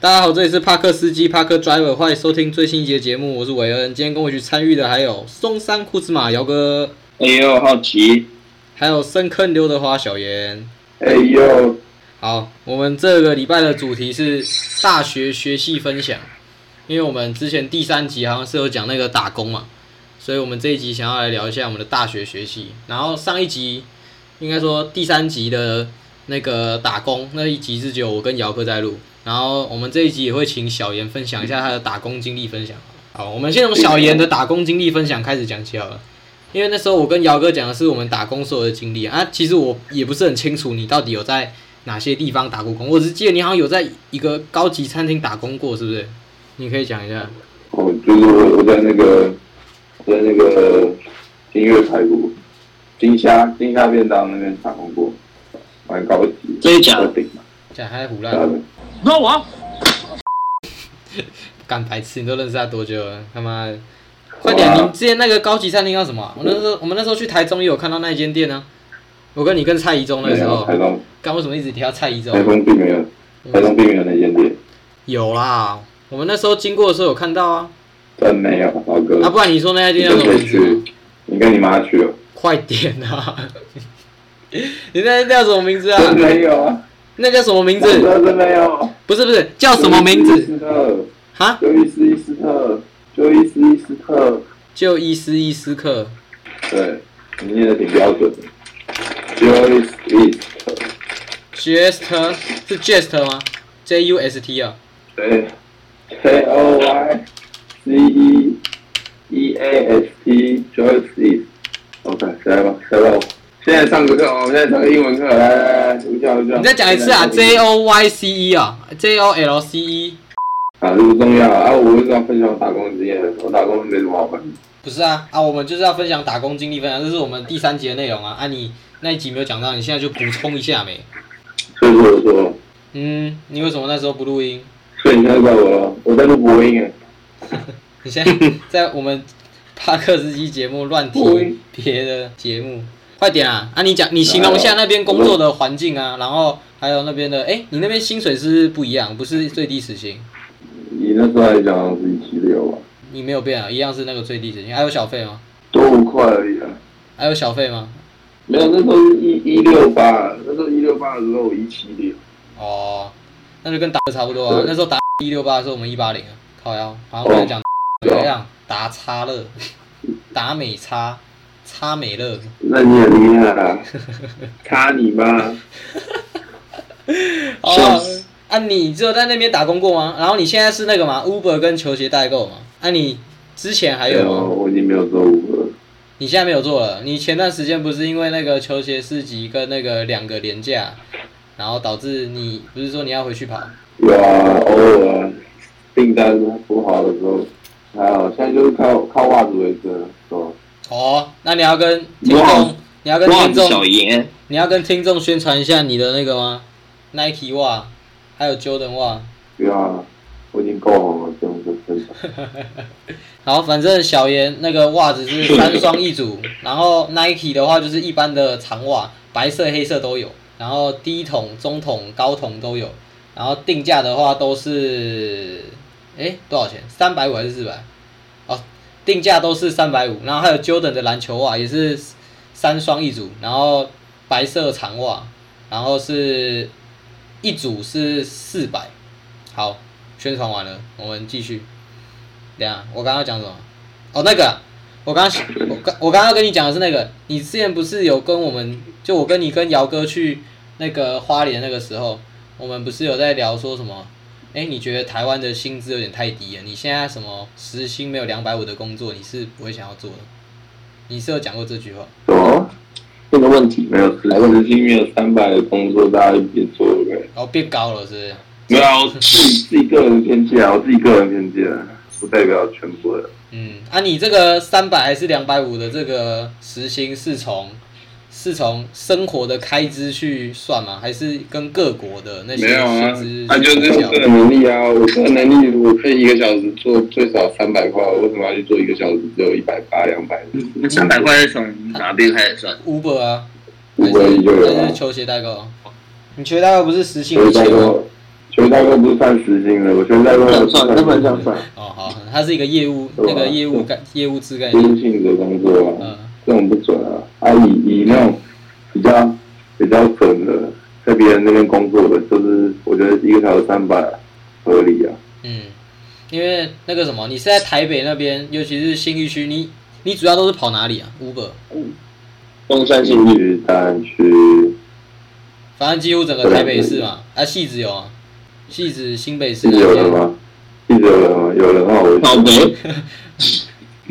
大家好，这里是帕克司机帕克 Driver，欢迎收听最新一集的节目，我是韦恩。今天跟我一起参与的还有松山库兹马姚哥，哎呦，好奇，还有深坑刘德华小严。哎呦，好，我们这个礼拜的主题是大学学系分享，因为我们之前第三集好像是有讲那个打工嘛，所以我们这一集想要来聊一下我们的大学学系。然后上一集应该说第三集的那个打工那一集是只有我跟姚哥在录，然后我们这一集也会请小严分享一下他的打工经历分享。好，我们先从小严的打工经历分享开始讲起好了。因为那时候我跟姚哥讲的是我们打工所有的经历啊，啊其实我也不是很清楚你到底有在哪些地方打过工，我只记得你好像有在一个高级餐厅打工过，是不是？你可以讲一下。我哦就是我我在那个我在那个金月排骨、金虾、金虾便当那边打工过，蛮高级的，真的假的我顶嘛，讲还胡假乱的，那我干白痴，你都认识他多久了？他妈的，快点！你啊们之前那个高级餐厅叫什么啊、我那时候我们那时候去台中也有看到那一间店呢、我跟你跟蔡宜中那没个时有候嗯台，中干为什么一直提到蔡宜中台？中并没有台中并没有那间店，有啦，我们那时候经过的时候有看到啊。真没有，老哥啊，，不然你说那家你店叫什真么可以名字吗？去，你跟你妈去哦，快点啊！ 你那家叫什么名字啊？真没有啊，那叫什么名真字？的真没有，不是不是，叫什么名伊字？斯特，哈？就伊斯伊斯特，就伊斯伊斯特，就伊斯伊斯克，对，你念的挺标准的，就伊斯伊斯特， Jest 是 Jest 吗？J U S T 啊，对，K O Y C E E A S T Joyce is。OK，来吧，来吧。现在上个课哦，我们现在上个英文课，来来来，读一下，读一下。你再讲一次啊，J O Y C E 啊，J O L C E，啊，这不重要啊！我为什么要分享我打工经验？我打工没什么好分。不是啊啊，我们就是要分享打工经历分享，这是我们第三集的内容啊啊，你那一集没有讲到，你现在就补充一下没？所以说我说，嗯，你为什么那时候不录音？所以你现在怪我了，我在录播音哎。你现在在我们帕克斯基节目乱录提音别的节目，快点啊啊，你讲你形容一下那边工作的环境啊，然后还有那边的，哎、你那边薪水是不是不一样，不是最低时薪。你那时候还讲是一七六吧？你没有变啊，一样是那个最低时薪，还有小费吗？多五块而已啊。还有小费吗？没有，那时候是一一六八，那时候一六八的时候我一七六。哦，那就跟打的差不多啊。对那时候打一六八的时候，我们一八零啊，靠腰，好像我跟你讲一对啊样，打差乐， 打美差，差美乐。那你很厉害啦， 卡你妈！哦，啊，你只有在那边打工过吗？然后你现在是那个嘛，Uber 跟球鞋代购嘛？啊，你之前还有没吗？我已经没有做五了。你现在没有做了。你前段时间不是因为那个球鞋市集跟那个两个廉价，然后导致你不是说你要回去跑？有啊，偶尔啊订单不好的时候，还好，现在就是靠靠袜子为生，啊是吧？哦，那你要跟听众哇，你要跟袜听子小众，严，你要跟听众宣传一下你的那个吗？Nike 袜，还有 Jordan 袜。不要啊，我已经够红了，不用再分享。好，反正小严那个袜子是三双一组，然后 Nike 的话就是一般的长袜，白色、黑色都有，然后低筒、中筒、高筒都有，然后定价的话都是，哎、多少钱？三百五还是四百？哦，定价都是三百五，然后还有 Jordan 的篮球袜也是三双一组，然后白色长袜，然后是一组是四百。好，宣传完了，我们继续。等一下，啊我刚刚讲什么？哦，那个啊，我刚刚我刚我刚刚跟你讲的是那个，你之前不是有跟我们，就我跟你跟姚哥去那个花莲那个时候，我们不是有在聊说什么？哎，你觉得台湾的薪资有点太低了？你现在什么时薪没有两百五的工作，你是不会想要做的。你是有讲过这句话？什么？这个问题没有 时时薪没有三百的工作，大家就别做了呗。然后哦变高了，是不是？没有啊，我自己自己个人偏见啊，我自己个人偏见啊，不代表全部人。嗯，啊，你这个三百还是两百五的这个时薪是从是从生活的开支去算吗？还是跟各国的那些啊薪资他就是比用较个人能力啊，我个人能力，我可以一个小时做最少三百块，我为什么要去做一个小时只有一百八、两百？那三百块是从哪边开始算？ Uber 啊，还五百一个是人还啊是，球鞋代购啊？你球鞋代购不是时薪所一以代千吗？购，全代购不是算时薪的，我全代购不能算，根本想算。哦，好，它是一个业务对啊那个业务概业务制概经念，济性质的工作啊，嗯，这种不准啊。啊，以以那种比较比较准的，在别人那边工作的，就是我觉得一个小时三百合理啊。嗯，因为那个什么，你是在台北那边，尤其是新义区，你你主要都是跑哪里啊？Uber，东山信义，去大安区，反正几乎整个台北市嘛，啊，戏子有啊，戏子新北市一直有那人边，吗？一直有人吗？有人的话我好北，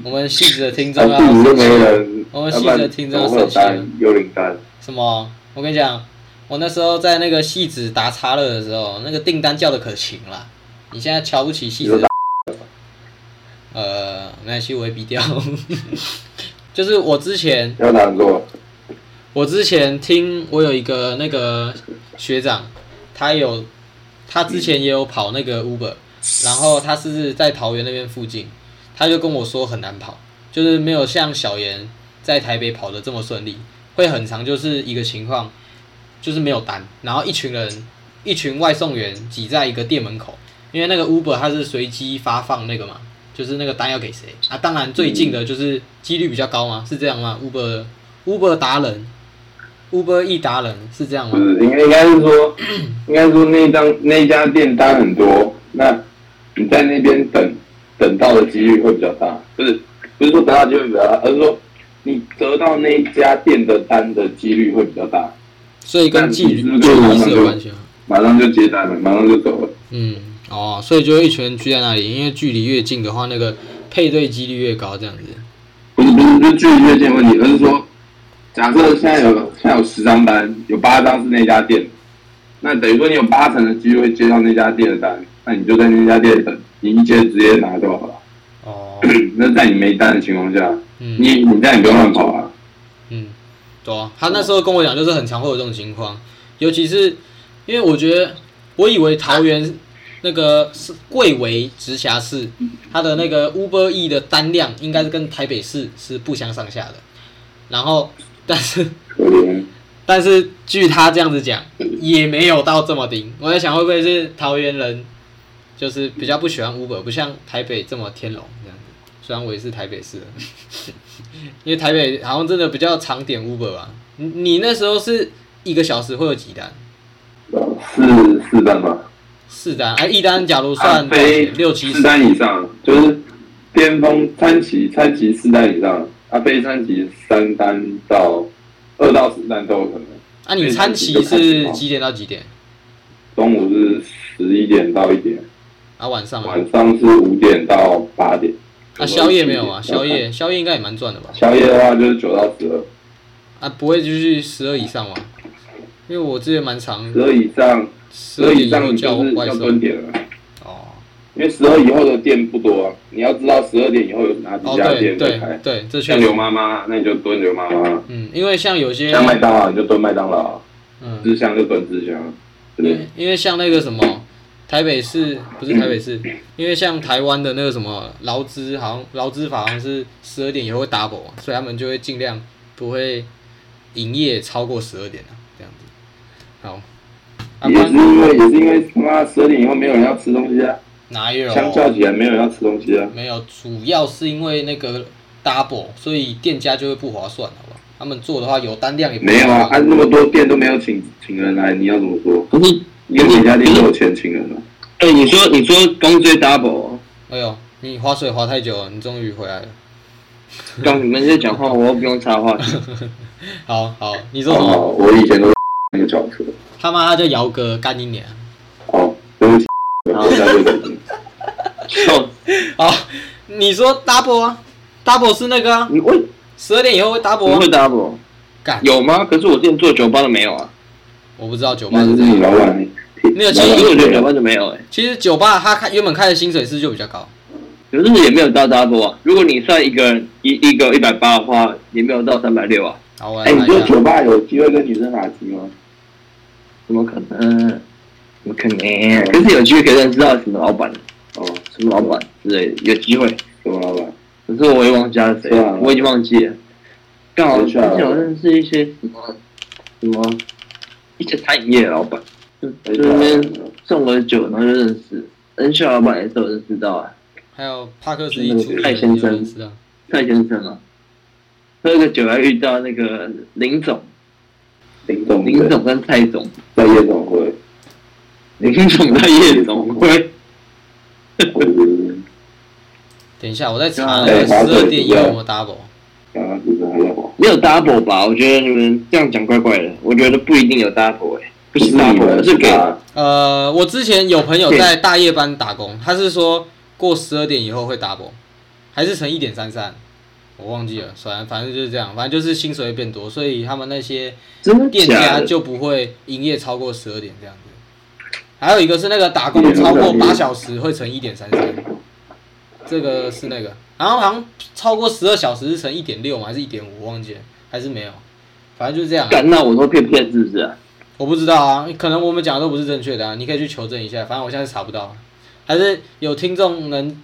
我们戏子的听众啊，自己啊，就没人，我们要不然细致听着怎么会有省心啊单幽灵单，什么？我跟你讲，我那时候在那个戏子打叉乐的时候，那个订单叫的可勤了。你现在瞧不起戏你子说打？呃，没关系，我会逼掉。 就是我之前，要难过。我之前听我有一个那个学长，他有他之前也有跑那个 Uber，然后他是在桃园那边附近，他就跟我说很难跑，就是没有像小严在台北跑的这么顺利，会很长就是一个情况，就是没有单，然后一群人一群外送员挤在一个店门口，因为那个 Uber 它是随机发放那个嘛，就是那个单要给谁啊？当然最近的就是几率比较高嘛，是这样吗？Uber Uber 达人，Uber 一达人是这样不吗？是，应该应该是 说，应该说那张那家店单很多，那你在那边等等到的几率会比较大，不是不是说等到的几率比较大，而是说你得到那一家店的单的几率会比较大，所以跟纪律但是纪这个律是有关系吗？马上就接单了，马上就走了。嗯，哦，所以就一群人聚在那里，因为距离越近的话，那个配对几率越高，这样子。不是不是，不是距离越近的问题，而是说，假设现在有现在有十张单，有八张是那家店，那等于说你有八成的几率会接到那家店的单，那你就在那家店等，你一接直接拿就好了。哦，那在你没单的情况下，嗯你你在你不用乱跑啊。嗯，对啊，他那时候跟我讲，就是很常会有这种情况，尤其是因为我觉得，我以为桃园那个是贵为直辖市，它的那个 Uber E 的单量应该是跟台北市是不相上下的，然后但是。可怜，但是据他这样子讲，也没有到这么顶。我在想，会不会是桃园人就是比较不喜欢 Uber，不像台北这么天龙这样子。虽然我也是台北市人， 因为台北好像真的比较常点 Uber 吧。你你那时候是一个小时会有几单？四四单吧，四单，哎、一单假如啊算多少非钱六七四十，单以上，就是巅峰三级三级四单以上，啊，非三级三单到二到十单都有可能。啊，你餐期是几点到几点？中午是十一点到一点，啊，晚上吗？晚上是五点到八点。啊，宵夜没有啊？宵夜宵夜应该也蛮赚的吧？宵夜的话就是九到十二，啊，不会就是十二以上吗？因为我之前蛮常十二以上，十十二二以以上上叫就是外要送蹲点了，哦因为十二以后的店不多、啊，你要知道十二点以后有哪几哦家对店在开。对对，这确像刘实妈妈，那你就蹲刘妈妈；嗯，因为像有些像麦当劳你就蹲麦当劳，嗯，志向就蹲志向，因对不对为？因为像那个什么台北市不是台北市，嗯 因为像台湾的那个什么劳资好像劳资法好像是十二点以后会 double，啊所以他们就会尽量不会营业超过十二点啊，这样子。好，啊也不是然因为也是因为他妈十二点以后没有人要吃东西啊，哪有？相较起来没有人要吃东西啊。没有，主要是因为那个 double，所以店家就会不划算，好吧？他们做的话有单量也不没有啊，划按那么多店都没有请请人来，你要怎么说？可是因为每家店都有钱请人啊。哎，你说你说刚追 double，哦哎呦，你划水划太久了，你终于回来了。刚你们在讲话，我又不用插话。 好好，你说什么？哦，我以前都是那个角色。他妈他叫姚哥，干你娘！哦，对不起，我下辈子。笑，好，哦你说 double 啊，double 是那个啊，你为十二点以后会不 double 会啊。 double？干，嗯有吗？可是我之前做酒吧的没有啊，我不知道酒吧那是就这是你样。老板。没有因其为我实觉得酒吧就没有哎、其实酒吧他开原本开的薪水是就比较高，可是也没有到 double 啊。如果你算一个人一一个一百八的话，也没有到三百六啊，好，我来哎，你查说一下。酒吧有机会跟女生打击吗？怎么可能？怎么可能？可是有机会可以认识到什么老板、哦，什么老板之类的，有机会。什么老板？可是我也忘记他是谁对啊了，我已经忘记了。刚好没之事啊前我认识一些什么什么一些餐饮业的老板，就哎就那边中了酒，然后就认识。恩秀老板也是我认识到啊，还有帕克斯一出蔡来先生你就认识啊，蔡先生啊，喝个酒还遇到那个林总，林总林总跟蔡总，在夜总会，林总在夜总会，我就是等一下我在查那对个啊十二点一有没有 double，啊刚刚就是还有我，没有 double 吧？我觉得你们这样讲怪怪的，我觉得不一定有 double 哎、不是你 double，而们是给啊呃，我之前有朋友在大夜班打工，他是说过十二点以后会 double，还是乘一点三三，我忘记了，反正反正就是这样，反正就是薪水会变多，所以他们那些真的店假家的？就不会营业超过十二点这样子。还有一个是那个打工超过八小时会乘一点三三，这个是那个，然后好像超过十二小时是乘一点六嘛，还是一点五，忘记了，还是没有，反正就是这样啊、干那我说骗骗是不是啊？我不知道啊，可能我们讲的都不是正确的啊，你可以去求证一下。反正我现在查不到，还是有听众能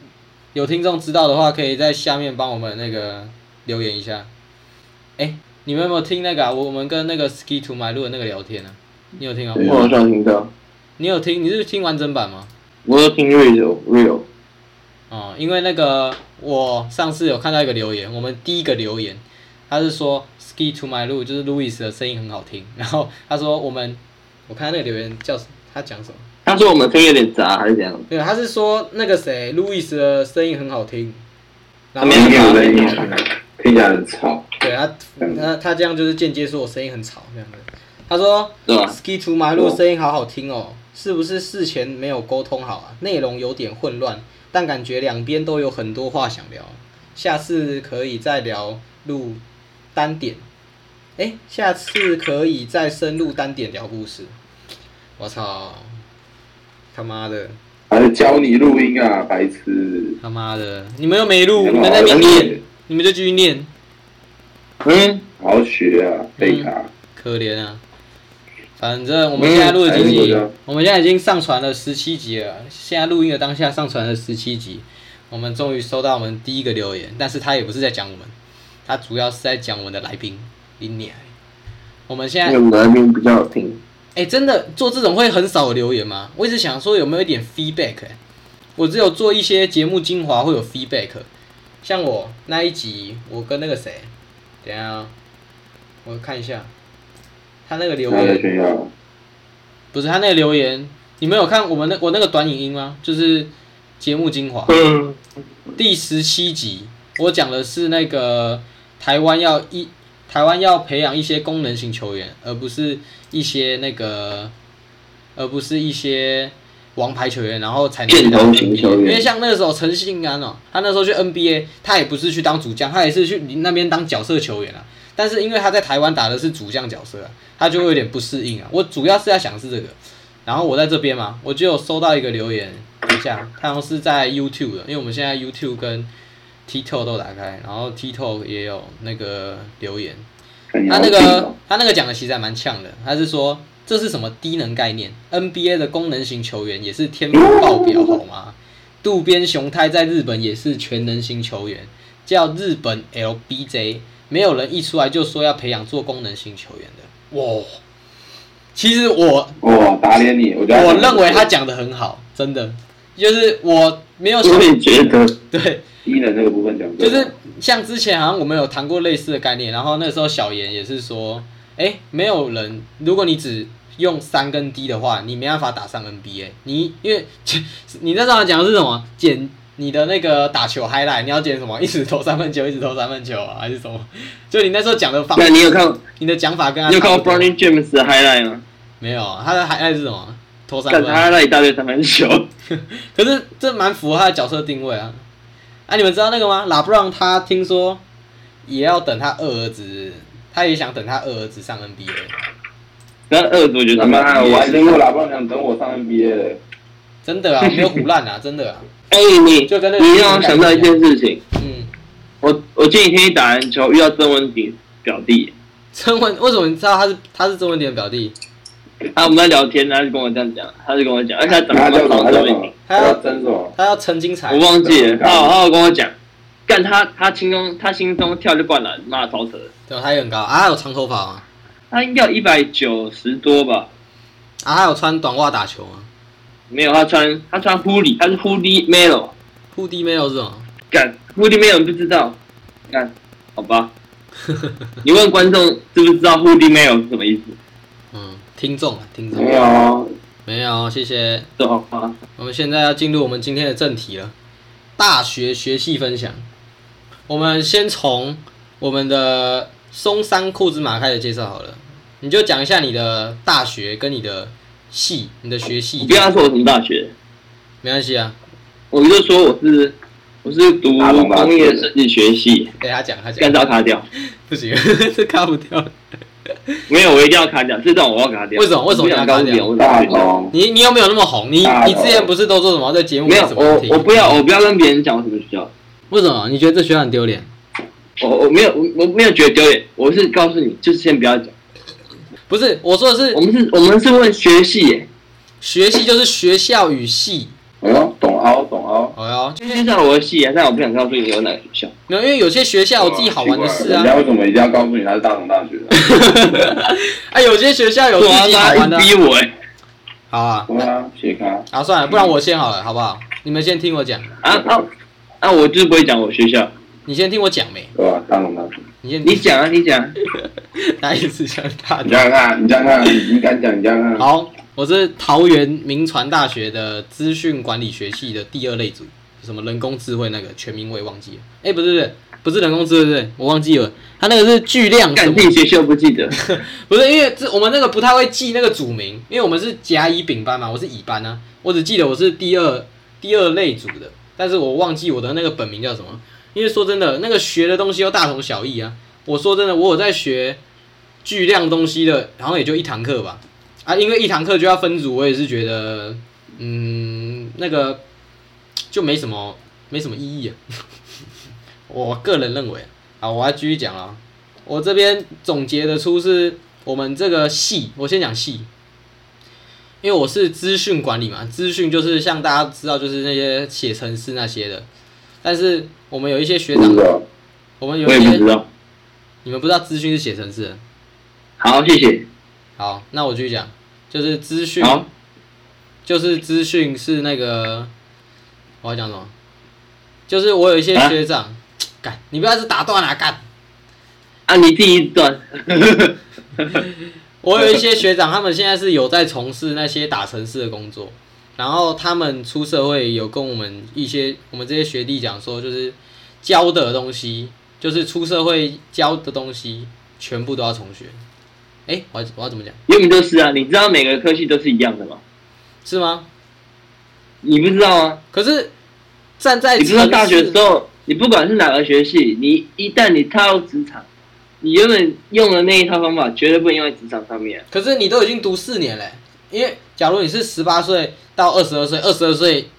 有听众知道的话，可以在下面帮我们那个留言一下。哎、你们有没有听那个、啊、我我们跟那个 Ski to My 录的那个聊天啊？你有听啊？我好像听到，你有听？你是听完整版吗？我有听 real real，哦、因为那个我上次有看到一个留言，我们第一个留言，他是说 Ski to my Lu 就是 Louis 的声音很好听，然后他说我们，我看他那个留言叫什他讲什么？他说我们声音有点杂还是怎样？没有，他是说那个谁路易斯的声音很好听，然后没有听起来声音听起来很吵，对他，那他这样就是间接说我声音很吵这样子。他说对吧、 Ski to my 路声音好好听哦，是不是事前没有沟通好啊？内容有点混乱，但感觉两边都有很多话想聊，下次可以再聊录单点。哎，下次可以再深入单点聊故事。我操，他妈的！还是教你录音啊，白痴！他妈的，你们又没录，你们在那边念，你们就继续念，嗯，好好学啊，贝卡。可怜啊！反正我们现在录了几还是集有的？我们现在已经上传了十七集了。现在录音的当下上传了十七集，我们终于收到我们第一个留言，但是他也不是在讲我们，他主要是在讲我们的来宾林鸟。我们现在因为我们那边比较好听。哎、真的做这种会很少留言吗？我一直想说有没有一点 feedback 哎、我只有做一些节目精华会有 feedback，像我那一集，我跟那个谁，等一下啊，我看一下，他那个留那个言炫耀，不是他那个留言，你们有看我们那我那个短影音吗？就是节目精华嗯，第十七集，我讲的是那个台湾要一台湾要培养一些功能型球员，而不是一些那个，而不是一些王牌球员，然后才能去箭到头型 NBA。球员因为像那时候陈信安哦，他那时候去 NBA，他也不是去当主将，他也是去那边当角色球员啊。但是因为他在台湾打的是主将角色啊，他就会有点不适应啊。我主要是在想是这个，然后我在这边嘛，我就有收到一个留言，等一下，他好像是在 YouTube 的，因为我们现在 YouTube 跟 TikTok 都打开，然后 TikTok 也有那个留言，看你他好那听个哦。他那个讲的其实还蛮呛的，他是说这是什么低能概念？NBA 的功能型球员也是天赋爆表好吗？渡边雄太在日本也是全能型球员，叫日本 LBJ，没有人一出来就说要培养做功能型球员的。哇，其实我哇，打脸你！我觉得我认为他讲的很好，真的，就是我没有想我也觉得，对。低能这个部分讲就对了，是像之前好像我们有谈过类似的概念，然后那时候小严也是说，哎、没有人，如果你只用三跟 D 的话，你没办法打上 NBA。你因为 你那时候讲的是什么捡你的那个打球 highlight，你要捡什么？一直投三分球，一直投三分球啊，还是什么？就你那时候讲的方，那你有看你的讲法跟他你有看差过不多 Brownie James 的 highlight 吗？没有啊？他的 highlight 是什么？投三干分他啊。 highlight 一大堆三分球，可是这蛮符合他的角色定位啊！啊，你们知道那个吗？拉布朗他听说也要等他二儿子，他也想等他二儿子上 NBA。那二组我觉得他蛮妈的，我还听过喇叭娘等我上 NBA 嘞。真的啊，没有胡乱啊， 真的啊。哎、你就跟那个你让我想到一件事情，嗯，我我前几天去打篮球遇到曾文鼎表弟，曾文为什么你知道他是他是曾文典的表弟？啊我们在聊天，他就跟我这样讲，他就跟我讲，而且他长他得叫什蛮么？他像曾叫什文鼎么，？他叫曾什么？他要陈金才我。忘记了，他好好跟我讲，干他他轻松他轻松跳就灌篮，妈的超扯的，对，他也很高啊，他有长头发吗？他应该有一百九十多吧，啊，他有穿短袜打球吗？没有，他穿他穿 hoodie，他是 hoodie melo，护地没有这种，干 hoodie melo 你不知道，干，好吧，你问观众知不知道 hoodie melo 是什么意思？ 嗯，听众啊，听众没有，没有，谢谢。这好吗？我们现在要进入我们今天的正题了，大学学系分享。我们先从我们的松山库兹马开始介绍好了，你就讲一下你的大学跟你的系，你的学系你。不要说我从大学，没关系啊，我就说我是我是读大龙大工业设计学系，给哎他讲，他讲干。到卡掉，不行， 这卡不掉。没有，我一定要卡掉，这段我要卡掉。为什么为什么我不想告诉你要卡掉别人我大怎么学校同，你你有没有那么红？你大佬你之前不是都说什么在节目里啊没有什，么我听？我不要，我不要跟别人讲我什么学校。为什么？你觉得这学校很丢脸？我我没有我我没有觉得丢脸，我是告诉你，就是先不要讲。不是，我说的我是们是我们是问学系耶，学系就是学校与系。哎呦，懂凹懂凹，哦哟，就介绍我的系啊，但我不想告诉你有哪个学校。没有，因为有些学校有自己好玩的事啊人。哦家为什么一定要告诉你他是大同大学 的？哎，有些学校有自啊，己好他玩的啊一。逼我哎好啊，对啊，写开。啊算了，不然我先好了，好不好？你们先听我讲，啊啊啊！我就是不会讲我学校，你先听我讲没？对吧？大同大学，你先你讲啊，你讲啊。哪一次想 大你这样看，你这样看，你你敢讲，你这样看。好，我是桃园民传大学的资讯管理学系的第二类组，什么人工智慧那个全名我也忘记了。哎、不是不是不是人工智慧，不是我忘记了，它那个是巨量什干么自？己学校不记得，不是因为这我们那个不太会记那个组名，因为我们是甲乙丙班嘛，我是乙班啊，我只记得我是第二第二类组的，但是我忘记我的那个本名叫什么。因为说真的，那个学的东西又大同小异啊。我说真的，我有在学巨量东西的，好像也就一堂课吧。啊，因为一堂课就要分组，我也是觉得，嗯，那个就没什么没什么意义啊。 我个人认为啊，好我要继续讲啊。我这边总结的出是我们这个系，我先讲系，因为我是资讯管理嘛，资讯就是像大家知道，就是那些写程式那些的。但是我们有一些学不长知，道，我们有我一也不知些道。你们不知道资讯是写程式的。好，谢谢。好，那我继续讲，就是资讯，好，就是资讯是那个，我要讲什么？就是我有一些啊学长，干、你不要是打断啊，干！啊，你第一段，我有一些学长，他们现在是有在从事那些打城市的工作，然后他们出社会有跟我们一些我们这些学弟讲说，就是教的东西，就是出社会教的东西，全部都要重学。哎、我要我要怎么讲？原本就是啊，你知道每个科系都是一样的吗？是吗？你不知道啊？可是站在你不知道大学的城时市候，你不管是哪个学系，你一旦你踏入职场，你原本用的那一套方法，绝对不能用在职场上面啊。可是你都已经读四年嘞、因为假如你是十八岁到二十二岁，二十二岁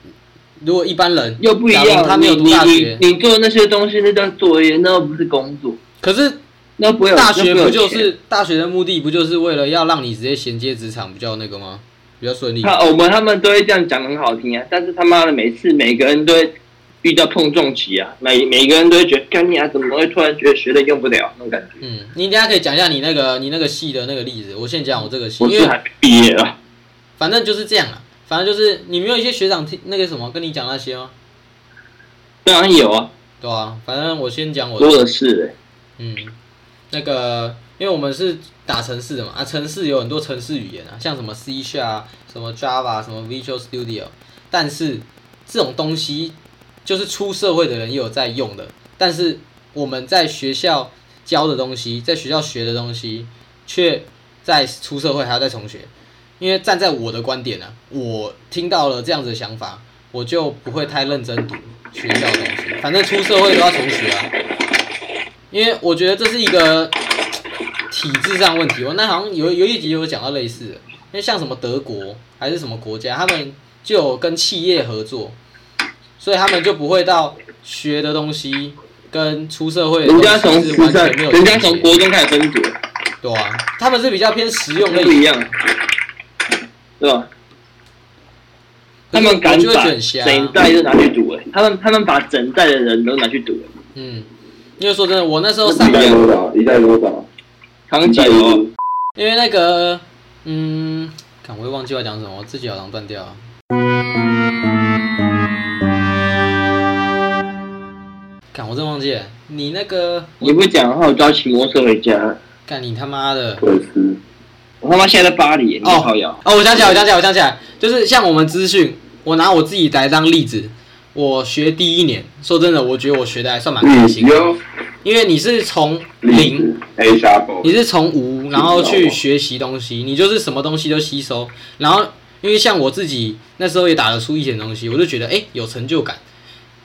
如果一般人又不一假样。如他没有你读大你学你你做那些东西那叫作业，那又不是工作，可是那不会有大学那不有就钱是大学的目的不就是为了要让你直接衔接职场比较那个吗？比较顺利。他我们他们都会这样讲很好听啊，但是他妈的每次每个人都会遇到碰撞期啊，每每个人都会觉得干你啊，怎么会突然觉得学的用不了那种感觉？嗯，你等一下可以讲一下你那个你那个系的那个例子。我先讲我这个系，我因是为还毕业了，反正就是这样啊。反正就是你没有一些学长听那个什么跟你讲那些吗？当然有啊，对啊，反正我先讲我的多的是、嗯，那个，因为我们是打城市的嘛，啊，城市有很多城市语言啊，像什么 C 啊，什么 Java，什么 Visual Studio，但是这种东西就是出社会的人也有在用的，但是我们在学校教的东西，在学校学的东西，却在出社会还要再重学。因为站在我的观点呢、啊，我听到了这样子的想法，我就不会太认真读学校的东西，反正出社会都要重学啊。因为我觉得这是一个体制上问题。我哦那好像有有一集有讲到类似的，因为像什么德国还是什么国家，他们就有跟企业合作，所以他们就不会到学的东西跟出社会的人东家从西是初完三，全没有人家连接从国中开始分组，对啊，他们是比较偏实用类不型一样，对吧？他们敢我就会觉把得很瞎啊整代都拿去赌、欸，他们他们把整代的人都拿去赌、欸，嗯，因为说真的，我那时候上一代多少？一代多少？扛起哦，因为那个，嗯，看我也忘记我要讲什么，我自己好像断掉了。干，我真忘记了，你那个，你不讲的话，我就要骑摩托车回家。干你他妈的！我也是，我他妈现在在巴黎，你好呀！哦，我想起来，我想起来，我想起来，就是像我们资讯，我拿我自己来当例子。我学第一年，说真的，我觉得我学的还算蛮开理嗯心，由因为你是从例啊零，子 A 下波你，是从无然后去学习东西，你就是什么东西都吸收。然后因为像我自己那时候也打得出一点东西，我就觉得哎、诶有成就感。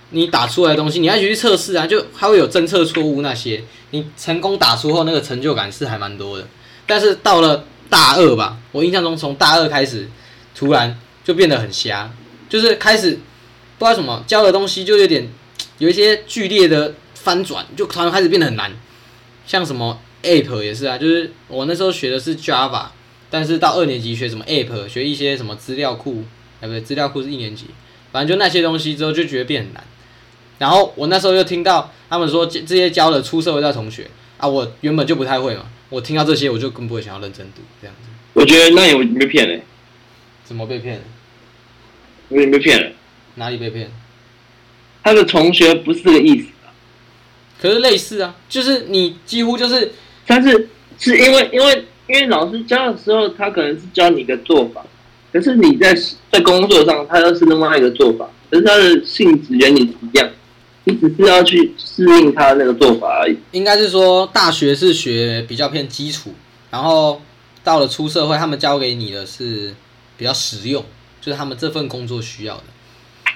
你打出来的东西，你要去测试啊，就它会有侦测错误那些。你成功打出后，那个成就感是还蛮多的。但是到了大二吧，我印象中从大二开始，突然就变得很瞎，就是开始不知道什么教的东西就有点有一些剧烈的翻转，就突然开始变得很难。像什么 App 也是啊，就是我那时候学的是 Java，但是到二年级学什么 App，学一些什么资料库，哎不对，资料库是一年级，反正就那些东西之后就觉得变很难。然后我那时候就听到他们说这这些教了出社会的同学啊，我原本就不太会嘛，我听到这些我就更不会想要认真读这样子，我觉得那你被骗了，怎么被骗？我觉得你被骗了。哪里被骗？他的同学不是这个意思，啊可是类似啊，就是你几乎就是但是是因为因为因为老师教的时候，他可能是教你一个做法，可是你在在工作上，他又是另外一个做法，可是他的性质原理是一样，你只是要去适应他那个做法而已。应该是说大学是学比较偏基础，然后到了出社会，他们教给你的是比较实用，就是他们这份工作需要的。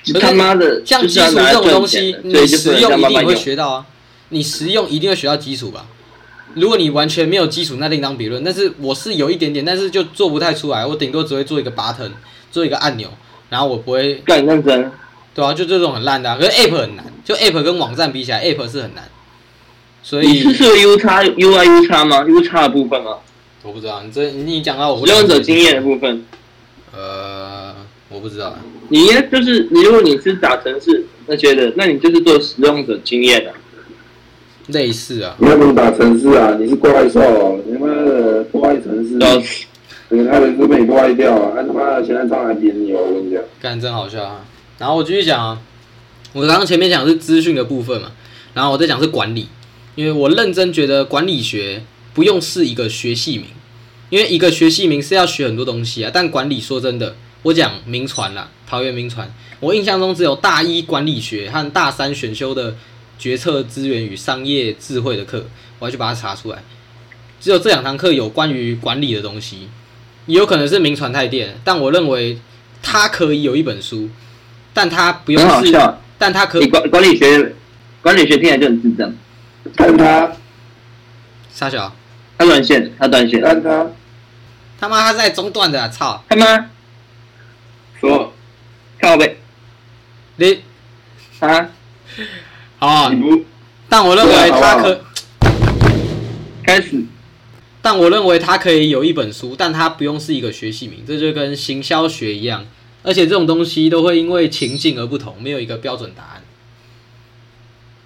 就他妈的，像呃就是基要础拿来这种赚东钱西的，所你以就不实能这用样一慢慢定会用。学到啊，你实用一定会学到基础吧。如果你完全没有基础，那另当别论。但是我是有一点点，但是就做不太出来，我顶多只会做一个 button，做一个按钮，然后我不会，干认真，对啊，就这种很烂的、啊。可是 app 很难，就 app 跟网站比起来，app 是很难。所你以是说 U 叉 U I U 叉吗？U 叉的部分吗？我不知道，你这你讲啊哦到我不使了解用者经验的部分，呃，我不知道，你应该就是你，如果你是打城市那些的，那你就是做使用者经验啊的、类似啊，你要怎么打城市啊？你是怪兽哦，你妈的破坏城嗯市，然后整个台北市被你破坏掉啊！他他妈的现在上海扁你哦，我跟你讲。干真好笑啊。然后我继续讲啊，我刚刚前面讲的是资讯的部分嘛，然后我再讲是管理，因为我认真觉得管理学不用是一个学系名，因为一个学系名是要学很多东西啊，但管理说真的，我讲名传啦，桃园名传，我印象中只有大一管理学和大三选修的决策资源与商业智慧的课，我要去把它查出来，只有这两堂课有关于管理的东西，也有可能是名传太电，但我认为它可以有一本书，但它不用很好是笑。但它可你管管理学，管理学听起来就很智障。但他，傻小，他断线，他断呃线，但他他妈他是在中断的、啊，操！他妈说靠背你啊！啊你，不但我认为他对啊可，开始但我认为他可以有一本书，但他不用是一个学系名，这就跟行销学一样，而且这种东西都会因为情境而不同，没有一个标准答案。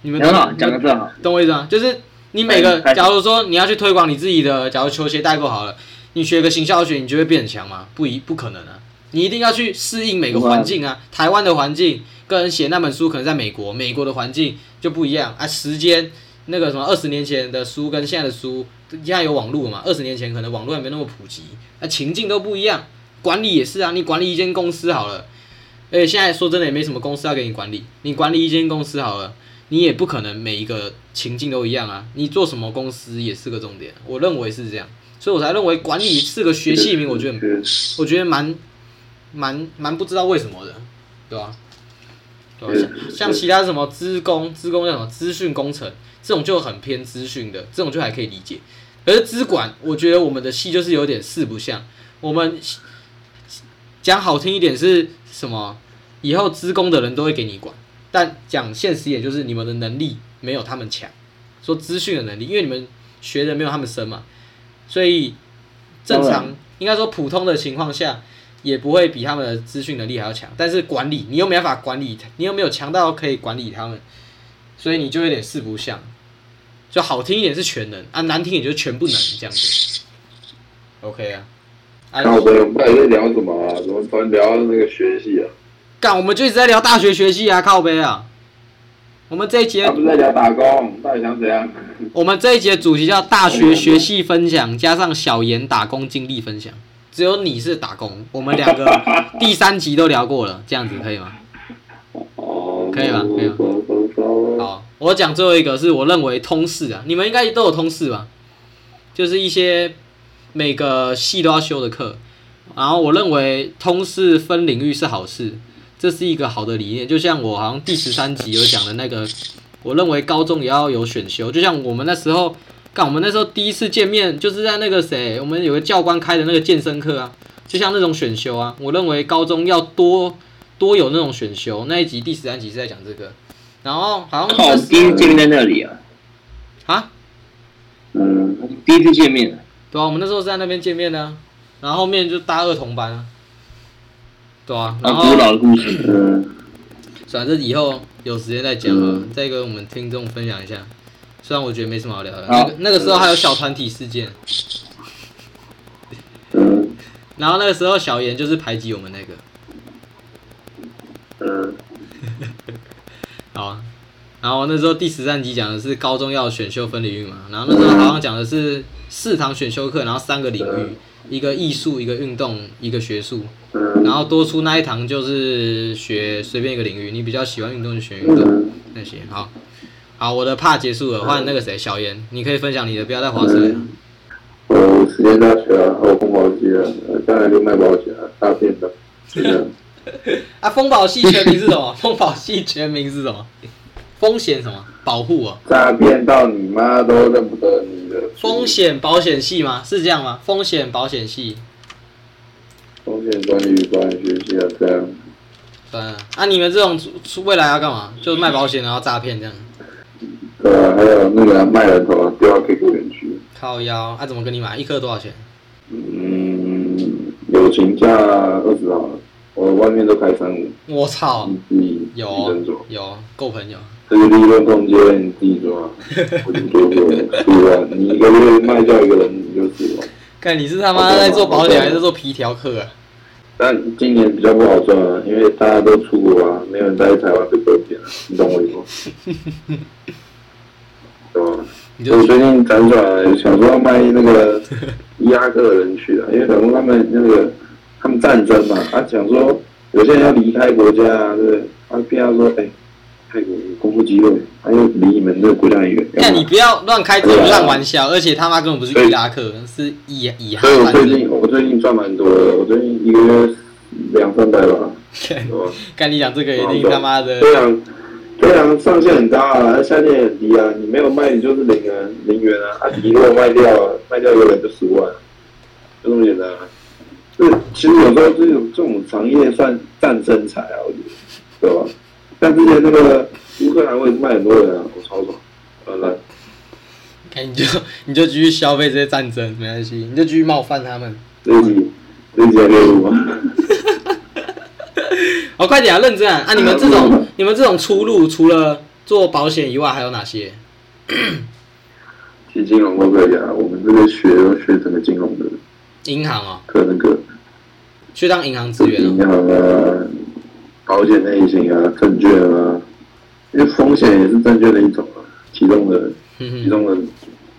你们懂很好，讲的你们正好。懂我意思吗？就是你每个哎，哎假如说你要去推广你自己的，假如球鞋代购好了，你学个行销学，你就会变很强吗？不一不可能啊！你一定要去适应每个环境啊，台湾的环境跟写那本书可能在美国，美国的环境就不一样啊，时间。那个什么，二十年前的书跟现在的书，现在有网络嘛？二十年前可能网络还没那么普及，那情境都不一样，管理也是啊。你管理一间公司好了，而且现在说真的也没什么公司要给你管理，你管理一间公司好了，你也不可能每一个情境都一样啊。你做什么公司也是个重点，我认为是这样，所以我才认为管理是个学系名，我觉得确我觉得蛮蛮蛮不知道为什么的，对吧、对吧、嗯像像其他什么资工、资工叫什么资讯工程这种就很偏资讯的，这种就还可以理解。可是资管，我觉得我们的系就是有点四不像。我们讲好听一点是什么？以后资工的人都会给你管，但讲现实一点就是你们的能力没有他们强。说资讯的能力，因为你们学的没有他们深嘛，所以正当常然应该说普通的情况下，也不会比他们的资讯能力还要强。但是管理，你又没办法管理，你又没有强到可以管理他们，所以你就有点四不像。就好听一点是全能啊，难听也就是全不能这样子。OK 啊，啊，靠背，我们到底在聊什么啊？怎么突然聊到那个学系啊？干，我们就一直在聊大学学系啊，靠背啊。我们这一节他不是在聊打工，到底想怎样？我们这一节主题叫大学学系分享，加上小严打工经历分享。只有你是打工，我们两个第三集都聊过了，这样子可以吗？哦，可以吧可以吧吧。好，我讲最后一个是我认为通识啊，你们应该都有通识吧？就是一些每个系都要修的课，然后我认为通识分领域是好事，这是一个好的理念。就像我好像第十三集有讲的那个，我认为高中也要有选修，就像我们那时候。干，我们那时候第一次见面就是在那个谁，我们有个教官开的那个健身课啊，就像那种选修啊，我认为高中要多多有那种选修。那一集第十三集是在讲这个，然后好像靠，那第一时次见面在那里啊，啊，嗯，第一次见面啊，对啊，我们那时候是在那边见面的啊、然后后面就搭二同班啊，对啊，然好后古老的故事，嗯，反正以后有时间再讲啊嗯，再跟我们听众分享一下。虽然我觉得没什么好聊的，好那个那个时候还有小团体事件，嗯，然后那个时候小严就是排挤我们那个，嗯，好啊，然后那时候第十三集讲的是高中要选修分领域嘛，然后那时候好像讲的是四堂选修课，然后三个领域，一个艺术，一个运动，一个学术，嗯，然后多出那一堂就是学随便一个领域，你比较喜欢运动就选运动嗯，那些。好，好，我的怕结束了，换那个谁小严，你可以分享你的，不要再划水了。我实验大学啊，我碰保机了，当然就卖保险啊，诈骗的，就这样。啊，风保系全名是什么？ 风保系全名是什么？风险什么？保护哦，诈骗到你妈都认不得你的风险保险系吗？是这样吗？风险保险系。风险管理与管理学习啊，这样。对啊，啊你们这种出出未来要干嘛？就是卖保险然后诈骗这样，对啊，还有那个卖人头丢到 QQ 园区，靠腰啊？怎么跟你买？一颗多少钱？嗯，友情价二十好了，我外面都开三五，我操你，自己哦有啊自己斟酌。有够朋友，这个利润空间你自己 抓，我已经给过了，四万，你一个月卖掉一个人你就四万。看你是他妈在做哦保险还是做皮条客啊？但今年比较不好赚啊，因为大家都出国啊，没有人待在台湾被割扁啊，你懂我意思吗？ 对吧？你就我最近辗转想说要卖 那个伊拉克的人去的，啊因为可能他们那个他们战争嘛，他、讲说有些人要离开国家啊，对不对？他骗他说，哎、泰国有功夫机会，他又离你们这个国家很远。要看不你然不要乱开这种烂玩笑，而且他妈根本不是伊拉克，是以以哈所以我战最争。近我最近赚蛮多的，我最近一个月两三百吧，对吧？看你讲这个一定他妈的对啊，对啊，上限很大啊，下限也很低啊，你没有卖你就是零啊，零元啊，啊你如果卖掉啊，卖掉一个人就十万啊，就这么简单啊。这其实有时候这种这种行业算战争财啊，我觉得，对吧？像之前那个乌克兰我也是卖很多人啊，我呃超爽，完了，看你就你就继续消费这些战争，没关系，你就继续冒犯他们。这一集这一集还可以录吗？好，快点啊，认真啊！啊，你们这嗯种你们这种出路，除了做保险以外，还有哪些？ 其实金融都可以啊，我们这个学都学整个金融的，银行哦，可那个去当银行职员哦银。行啊、保险类型啊、证券啊，因为风险也是证券的一种啊，其中的哼其嗯哼，中的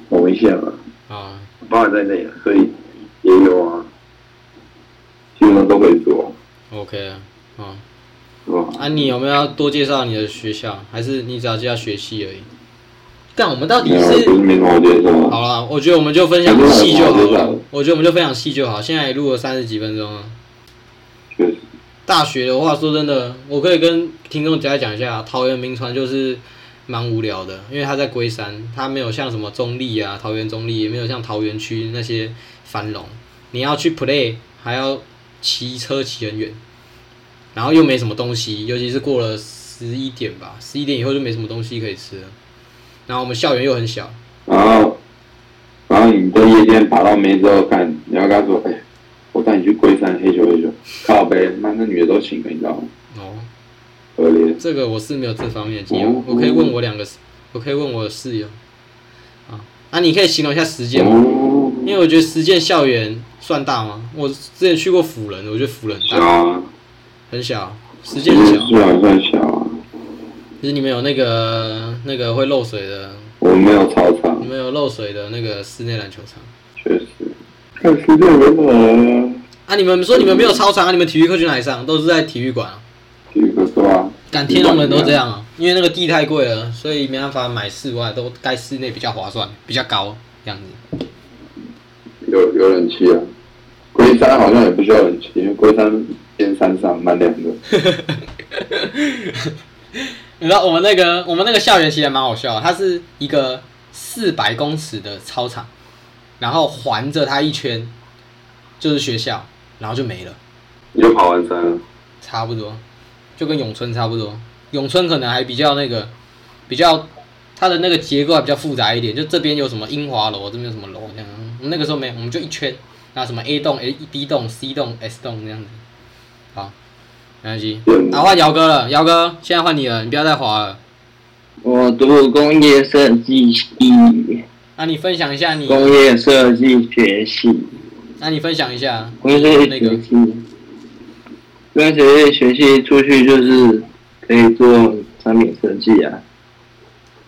某一项啊，啊，包含在内啊，所以也有啊，基本上都可以做， OK 啊，哦是吧？啊，你有没有要多介绍你的学校，还是你只要介绍学系而已？但我们到底没有，不是是哦没什么好介绍好啊。了，我觉得我们就分享我觉得我们系就好好介绍了。我觉得我们就分享系就好，现在也录了三十几分钟了。确实，大学的话，说真的，我可以跟听众大家讲一下，桃园名传就是蛮无聊的，因为它在龟山，它没有像什么中立啊、桃园中立，也没有像桃园区那些繁荣。你要去 play，还要骑车骑很远，然后又没什么东西，尤其是过了十一点吧，十一点以后就没什么东西可以吃了。然后我们校园又很小，然后然后你在夜间爬到没之后看，你要跟他说，哎、我带你去龟山黑球黑球，靠呗，那那女的都醒了，你知道吗？哦，恶劣，这个我是没有这方面的经验，我可以问我两个，我可以问我的室友啊，啊，你可以形容一下时间吗？哦，因为我觉得实践校园算大吗？我之前去过辅仁，我觉得辅仁小大，啊，很小，实其践实小，虽然算小啊，就是你们有那个那个会漏水的，我们没有操场你，们有漏水的那个室内篮球场确实。看时间如何，啊？你们说你们没有操场啊？你们体育课去哪里上？都是在体育馆啊？体育课是吧？敢天龙人都这样啊？因为那个地太贵了，所以没办法买室外，都盖室内比较划算，比较高这样子。有有冷气啊。龟山好像也不需要冷气，因为龟山偏山上，蛮凉的。你知道我们那个我们那个校园其实还蛮好笑的，它是一个四百公尺的操场，然后环着它一圈就是学校，然后就没了，你就跑完山了？差不多，就跟永春差不多。永春可能还比较那个，比较它的那个结构还比较复杂一点，就这边有什么樱华楼，这边有什么楼这样。我们那个时候没有，我们就一圈，然后什么 A 栋、A B 栋、C 栋、S 栋这样子。好，没关系。啊，换姚哥了，姚哥，现在换你了，你不要再滑了。我读工业设计系，那你分享一下你，工业设计学系，那你分享一下，工业设计学系，工业设计学系出去就是可以做产品设计啊，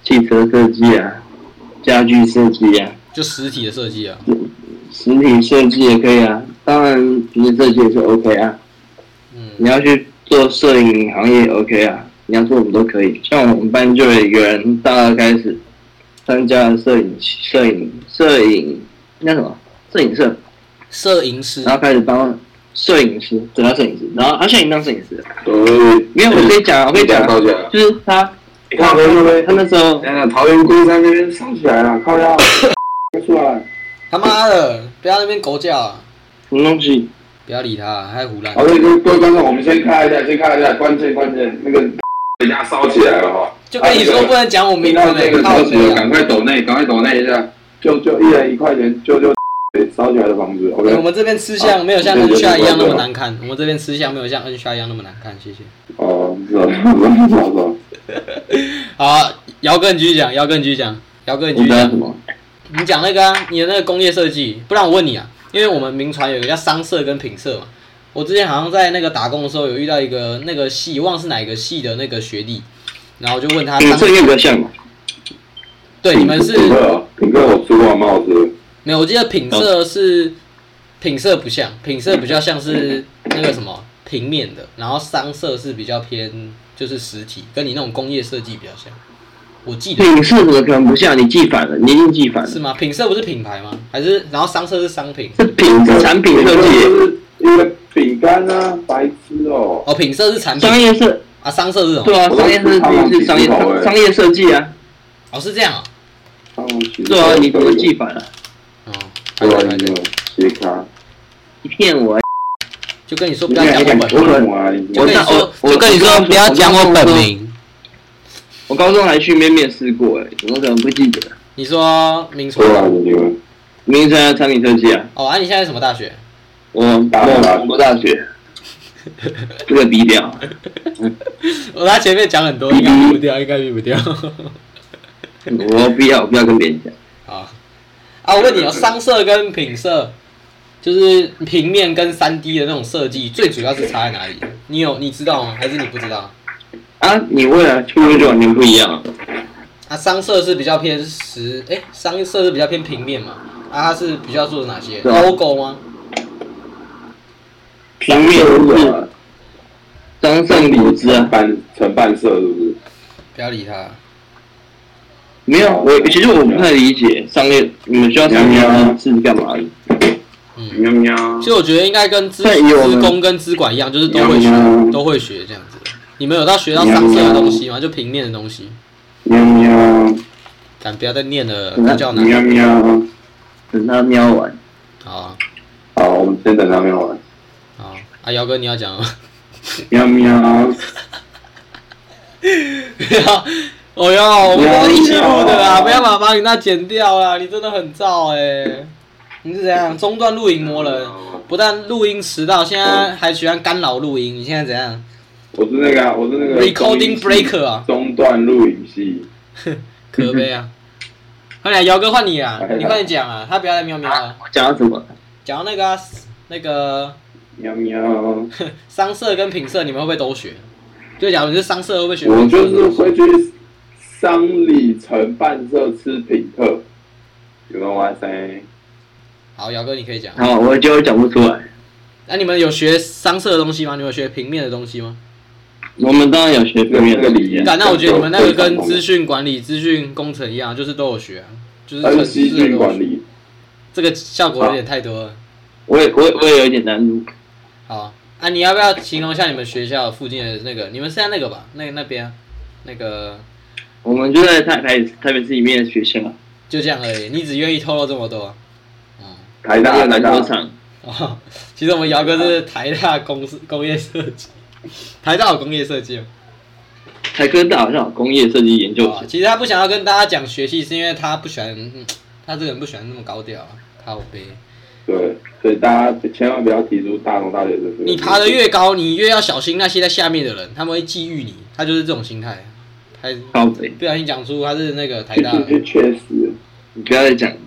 汽车设计啊，家具设计啊，就实体的设计啊。实体设计也可以啊，当然平面设计也是 OK 啊。嗯你要去做摄影行业 OK 啊，你要做什么都可以。像我们班就有一个人大二开始参加了摄影摄影摄影那什么摄影社，摄影师然后开始当摄影师，对，他摄影师，然后他现在已经当摄影师了。所以没有，我跟你讲啊，我跟你讲啊，高起来了。就是他你看，会不会他那时候等等，桃园龟山那边上起来了，靠腰，快出来！他妈的，不要那边狗叫、啊，什么东西，不要理他，还胡乱好。的，各位各位观众，我们先看一下，先看一下，关键关键，那个人家烧起来了哈。就跟你说不能讲我名听字到这的，个靠消息谁了，啊？赶快抖内，赶快抖内一下，就就一人一块钱，救救烧起来的房子欸我，OK。们这边吃相没有像 N 下一样那么难看，我们这边吃相没有像 N 下一样那么难看，谢谢。哦，是啊，是啊，是啊。好，姚哥你继续讲，姚哥你继续讲，姚哥你继你续知道讲什。么？你讲那个啊，你的那个工业设计，不然我问你啊，因为我们名传有一个叫商社跟品社嘛，我之前好像在那个打工的时候有遇到一个那个系，忘了是哪个系的那个学弟，然后我就问他你商这，个比较像嘛？对，你们是品客，品客，我出过帽子，没有？我记得品社是品社不像，品社比较像是那个什么平面的，然后商社是比较偏就是实体，跟你那种工业设计比较像，我记得影视怎么可能不像？你记反了，你已经记反了是。吗？品社不是品牌吗？还是然后商社是商品？是品是产品设就计，是一个饼干啊，白痴哦。哦，品社是产商品业设啊，商社是什么？对啊，商业设计是商业商商业设计啊，哦，是这样啊。对啊，你怎么记反了？哦，对啊，对你对，斜卡，你骗我啊！就跟你说不要讲我本我名，懂啊，你就跟你说就跟你说不要讲我本名。我高中还去面面试过哎、怎么可能不记得？你说明传对啊，你们。名称啊，产品设计啊，哦，啊，你现在什么大学？我我我大学，这个低 调，我他前面讲很多，应该避不掉，应该避不掉。我不要我不要跟别人讲，好，啊，我问你哦，商社跟品社，就是平面跟三 D 的那种设计，最主要是差在哪里？你有你知道吗？还是你不知道？啊，你未来出路就完全不一样了，啊，商社是比较偏实，哎，商社是比较偏平面嘛？啊，它是比较做哪些对啊？logo 吗？平面是张胜礼之啊，办承办社是不是？不要理他。没有我其实我不太理解商业你们需要商业啊是干嘛的？嗯，喵喵其实我觉得应该跟资那以我资们工跟资管一样，就是都会学，嗯都会学这样子。你们有到学到上色的东西吗？就平面的东西？喵喵敢不要再念了，嗯那叫难喵喵。等他瞄完。好啊好，我们先等他喵完。好啊啊！姚哥，你要讲吗？喵喵不要，哦哟，我们都是一起录的啊！不要把把你那剪掉啦，你真的很燥哎、你是怎样中断录影魔人？不但录音迟到，现在还喜欢干扰录音。你现在怎样我是那个啊，我是那个？Recording breaker 啊，中断录影系。可悲啊！快点，姚哥换你啦，你哎快点讲啊，他不要再喵喵了。我讲到什么？讲到那个啊、那个喵喵。商社跟品社，你们会不会都学？就假如你是商社，会不会学？我就是会去商里承办这次品客，有人玩谁？好，姚哥你可以讲。好，我就讲不出来。那、你们有学商社的东西吗？你们有学平面的东西吗？我们当然有学那表演那个李岩，但那我觉得你们那个跟资讯管理、资讯工程一样，就是都有学啊，就是但是程式细的都有菌学管理，这个效果有点太多了。我也我也我也有一点难度。好啊，你要不要形容一下你们学校附近的那个？你们是在那个吧？那那边啊、那个我们就在台台台北市里面的学校，啊就这样而已。你只愿意透露这么多、啊，嗯。台那大个篮球大，场，哦，其实我们姚哥是台大工工业设计，台大有工业设计吗台科大好像有工业设计研究哦所。其实他不想要跟大家讲学系，是因为他不喜欢，嗯他这个人不喜欢那么高调啊，靠背。对，所以大家千万不要提出大同大学的这个。你爬得越高，你越要小心那些在下面的人，他们会觊觎你。他就是这种心态。啊他靠北，不小心讲出他是那个台其大的嗯实确实，你不要再讲了。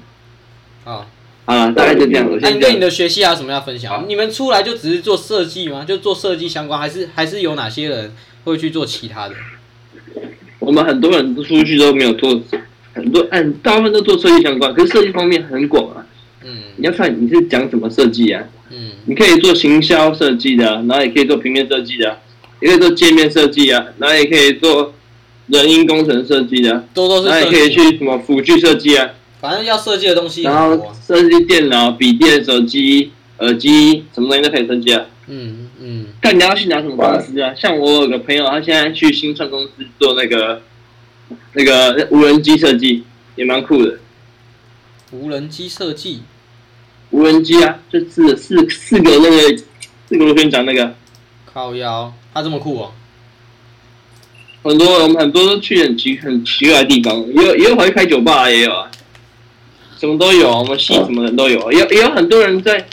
哦。好了，大概就这样。我那、你先对讲你。的学啊系还有什么要分好享？你们出来就只是做设计吗？就做设计相关，还是还是有哪些人会去做其他的？我们很多人都出去都没有做，很多嗯，大部分都做设计相关，可是设计方面很广啊。你嗯要看你是讲什么设计啊，嗯你可以做行销设计的啊、然后也可以做平面设计的啊、也可以做界面设计啊，然后也可以做人因工程设计的啊、都都是然后设也可计，以去什么辅具设计啊，反正要设计的东西然很多后啊。设计电脑、笔电、手机、耳机，什么东西都可以设计啊。嗯嗯但你要去拿什么公司啊？像我有个朋友，他现在去新创公司做那个那个无人机设计，也蛮酷的。无人机设计，无人机啊，就四四四个那个四个螺旋桨那个，靠腰，他这么酷哦。很多我们很多都去很奇很奇怪的地方，也有也有跑去开酒吧啊也有啊，什么都有啊，我们系什么人都有啊，也有也有很多人在，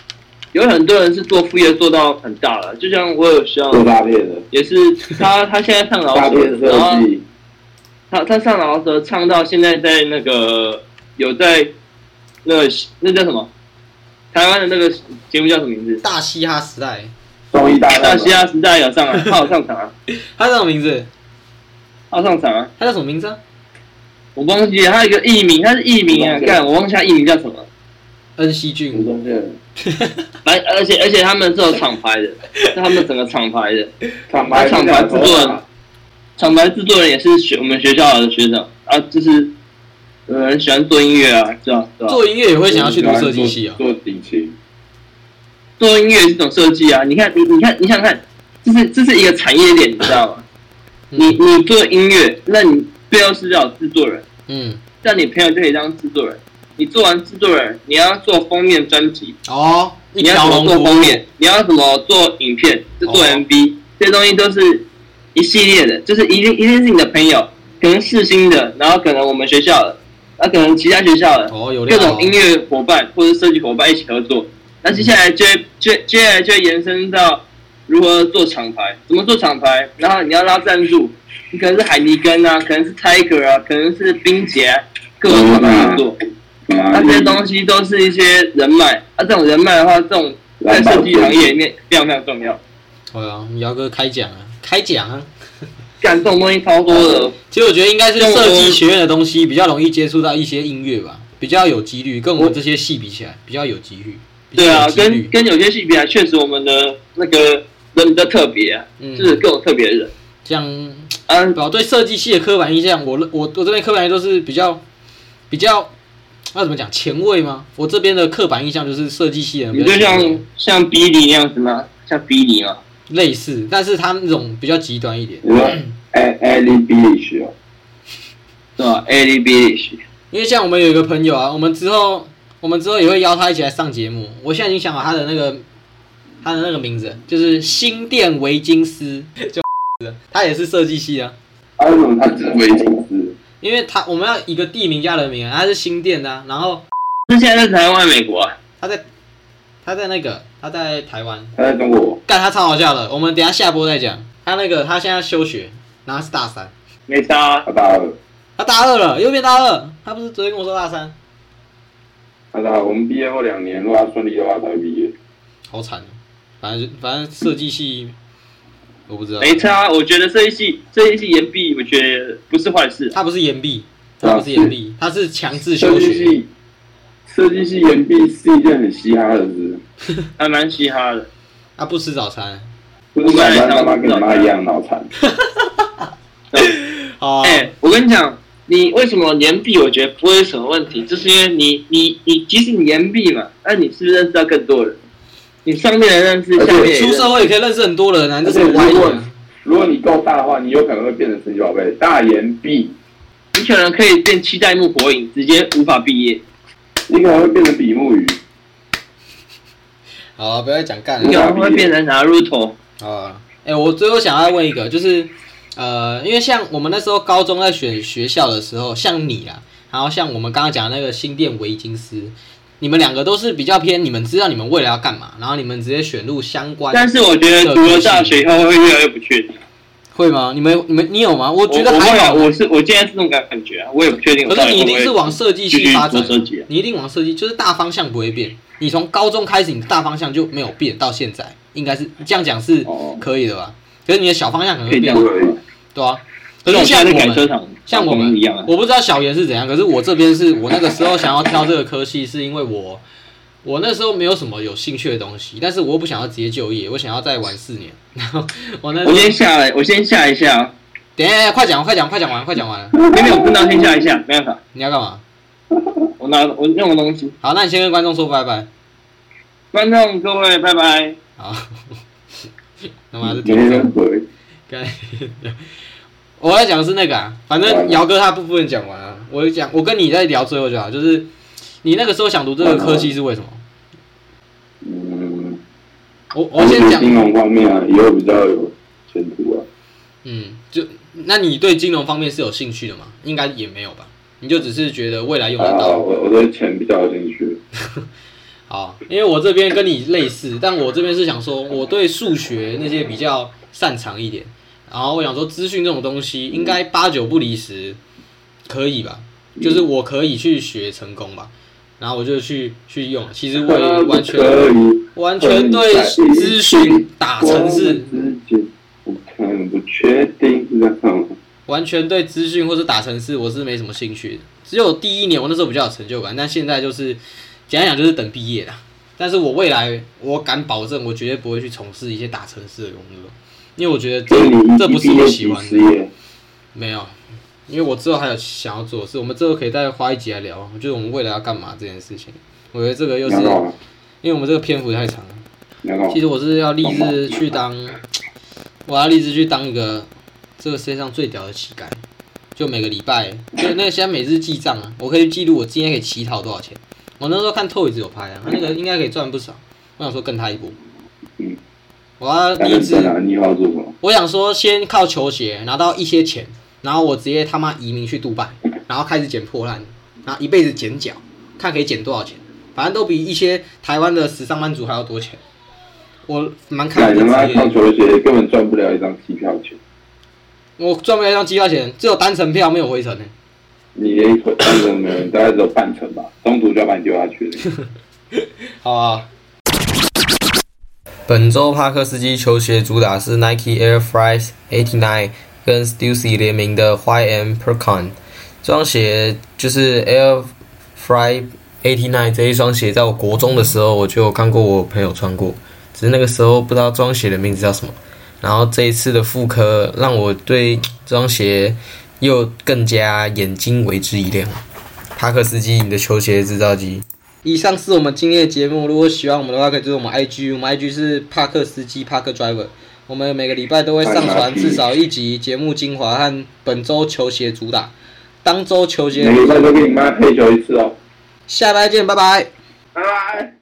有很多人是做副业做到很大了，就像我有学嗯做长，大片的，也是他他现在上老大片师，然后设计，他他上饶舌唱到现在在那个有在那个那叫什么？台湾的那个节目叫什么名字？大嘻哈时代，综艺大大战西亚时代有上啊，他有上场啊，他叫什么名字？他有上场啊，他叫什么名字、啊？我忘记了他有一个艺名，他是艺名啊，干我忘记他艺名叫什么，恩熙吴俊，宗宪，反正而且而且他们是有厂牌的，是他们整个厂牌的，厂牌厂牌制作人厂牌制作人也是学我们学校的学长啊，就是有人喜欢做音乐啊，知道知道，做音乐也会想要去读设计系啊、做顶级，做音乐也是一种设计啊，你看你你看你想想看，这是这是一个产业链，你知道吗？你嗯你做音乐，那你背后是要有制作人，嗯，那你朋友就可以当制作人。你做完制作人，你要做封面专辑，哦，一你要条怎龙么服做务封面，，你要怎么做影片，就做哦 MV，、这些东西都是一系列的，就是一定一定是你的朋友，可能世新的，然后可能我们学校的，那可能其他学校的，哦，有各料、哦种，音乐伙伴或者设计伙伴一起合作。那接下来就会就接下来就会延伸到如何做厂牌，怎么做厂牌，然后你要拉赞助，你可能是海尼根啊，可能是 Tiger 啊，可能是冰姐、啊，各种厂牌合作。那那这些东西都是一些人脉，那这种人脉的话，这种在设计行业里面非常非常重要。哎呀，姚哥开讲啊，开讲啊。干这种东西超多啊的，其实我觉得应该是设计学院的东西比较容易接触到一些音乐吧，比较有几率，跟我们这些系比起来比较有几率。比较对有啊，几跟率跟有些系比啊，确实我们的那个人比较特别啊，就是嗯，各种特别的人。像啊，嗯我对设计系的刻板印象，我我我这边刻板印象都是比较比较要怎么讲前卫吗？我这边的刻板印象就是设计系的人比你较就前卫像像比利那样子吗？像比利吗？类似，但是他那种比较极端一点，你说艾艾利比利学哦，对吧？Ali b i l i 因为像我们有一个朋友啊，我们之后我们之后也会邀他一起来上节目。我现在已经想好他的那个他的那个名字，就是新店维金斯，就 他也是设计系啊。啊为什么他只是维京斯？因为他我们要一个地名加人名啊，他是新店的啊、然后那现在在台湾、美国啊，他在他在那个他在台湾，他在中国干他超好笑的，我们等一下下播再讲。他那个他现在休学，然后是大三，没差、啊。他大二，他大二了，又变大二。他不是昨天跟我说大三，好啦，我们毕业后两年，如果他顺利的话才会毕业。好惨哦。反正反正设计系，我不知啊道。没差，啊我觉得设计系设计系延毕，我觉得不是坏事啊。他不是延毕，对啊他不是延毕，他是强制设休计 学。系，设计系研毕是一件很嘻哈的事，还蛮嘻哈的。他不吃早餐。不是啊啊上班他妈跟你妈一样脑残。哦，哎、我跟你讲，你为什么延毕？我觉得不会有什么问题，就是因为你你你，即使你延毕嘛，那你是不是认识到更多人？你上面的认识，而下且面也出认识社会也可以认识很多人啊，而这且是如个歪理果啊。如果你够大的话，你有可能会变成神奇宝贝大研毕，你可能可以变期待木火影，直接无法毕业。你可能会变成比目鱼。好啊，不要再讲干你了无可法毕业能会变成拿入头，好啊。哎、我最后想要问一个，就是呃，因为像我们那时候高中在选学校的时候，像你啊，然后像我们刚刚讲的那个新店维金斯，你们两个都是比较偏，你们知道你们未来要干嘛，然后你们直接选入相关，但是我觉得读了大学以后会越来越不确定。会吗？你们你们你有吗？我我觉得我还会啊好，我是我现在是这种感觉啊，我也不确定我可到是底你会一不定会是往设计继系续发做展设计啊。你一定往设计，就是大方向不会变。你从高中开始，你的大方向就没有变，到现在应该是这样讲是哦，可以的吧？可是你的小方向可能可会以这变样，对对，啊。可可是我是现像在我在改车们，厂，像我们一样啊。我不知道小严是怎样，可是我这边是我那个时候想要挑这个科系，是因为我我那时候没有什么有兴趣的东西，但是我又不想要直接就业，我想要再玩四年。 然后我那时我候先下来，我先下一下啊。等一下，快讲，快讲，快讲完，快讲完了。没有没有，我不能先下一下，没办法。你要干嘛？我拿我用我东西。好，那你先跟观众说拜拜。观众各位，拜拜。好， 他妈是嗯没听众。人回。干 我要讲的是那个啊，反正姚哥他部分讲完了、啊我讲我跟你再聊最后就好，就是你那个时候想读这个科系是为什么？嗯，我我先讲，金融方面啊，以后比较有前途啊。嗯，就那你对金融方面是有兴趣的吗？应该也没有吧，你就只是觉得未来用得啊，到。我我对钱比较有兴趣。好，因为我这边跟你类似，但我这边是想说，我对数学那些比较擅长一点，然后我想说资讯这种东西应该八九不离十，可以吧？就是我可以去学成功吧，然后我就去去用。其实我也完可全以，完全对资讯打城市，之间，我看不确定是这样吗？完全对资讯或者打城市我是没什么兴趣的。只有第一年我那时候比较有成就感，但现在就是简单讲就是等毕业啦。但是我未来我敢保证，我绝对不会去从事一些打城市的工作，因为我觉得所以你这这不是一毕我业喜即欢失的。业，没有，因为我之后还有想要做的事，我们之后可以再花一集来聊，就是我们未来要干嘛这件事情。我觉得这个又你是要干嘛？因为我们这个篇幅太长了。你要干嘛其？实我是要立志去当，我要立志去当一个这个世界上最屌的乞丐，就每个礼拜，就那个现在每日记账啊，我可以记录我今天可以乞讨多少钱。我那时候看 Toys 有拍啊，他那个应该可以赚不少，我想说跟他一波。嗯，我要那立认志真啊，你以后要做什么？我想说，先靠球鞋拿到一些钱，然后我直接他妈移民去杜拜，然后开始捡破烂，然后一辈子捡脚，看可以捡多少钱，反正都比一些台湾的时尚班族还要多钱。我蛮看干不得他妈职靠业，球鞋根本赚不了一张机票钱，我赚不了一张机票钱，只有单程票没有回程呢、欸你连一单程都没有，你大概只有半程吧，中途就要把你丢下去了。 好啊。本周帕克斯基球鞋主打是 Nike Air Force 89跟 Stussy 联名的 YM Percon 这双鞋，就是 Air Force 89这一双鞋，在我国中的时候我就有看过我朋友穿过，只是那个时候不知道这双鞋的名字叫什么。然后这一次的复刻让我对这双鞋又更加眼睛为之一亮。帕克斯基，你的球鞋制造机。以上是我们今天的节目。如果喜欢我们的话，可以追踪我们 IG，我们 IG 是帕克司机帕克 Driver。我们每个礼拜都会上传至少一集节目精华和本周球鞋主打。当周球每鞋，个礼拜都给你妈配球一次哦。下礼拜见，拜拜。拜拜。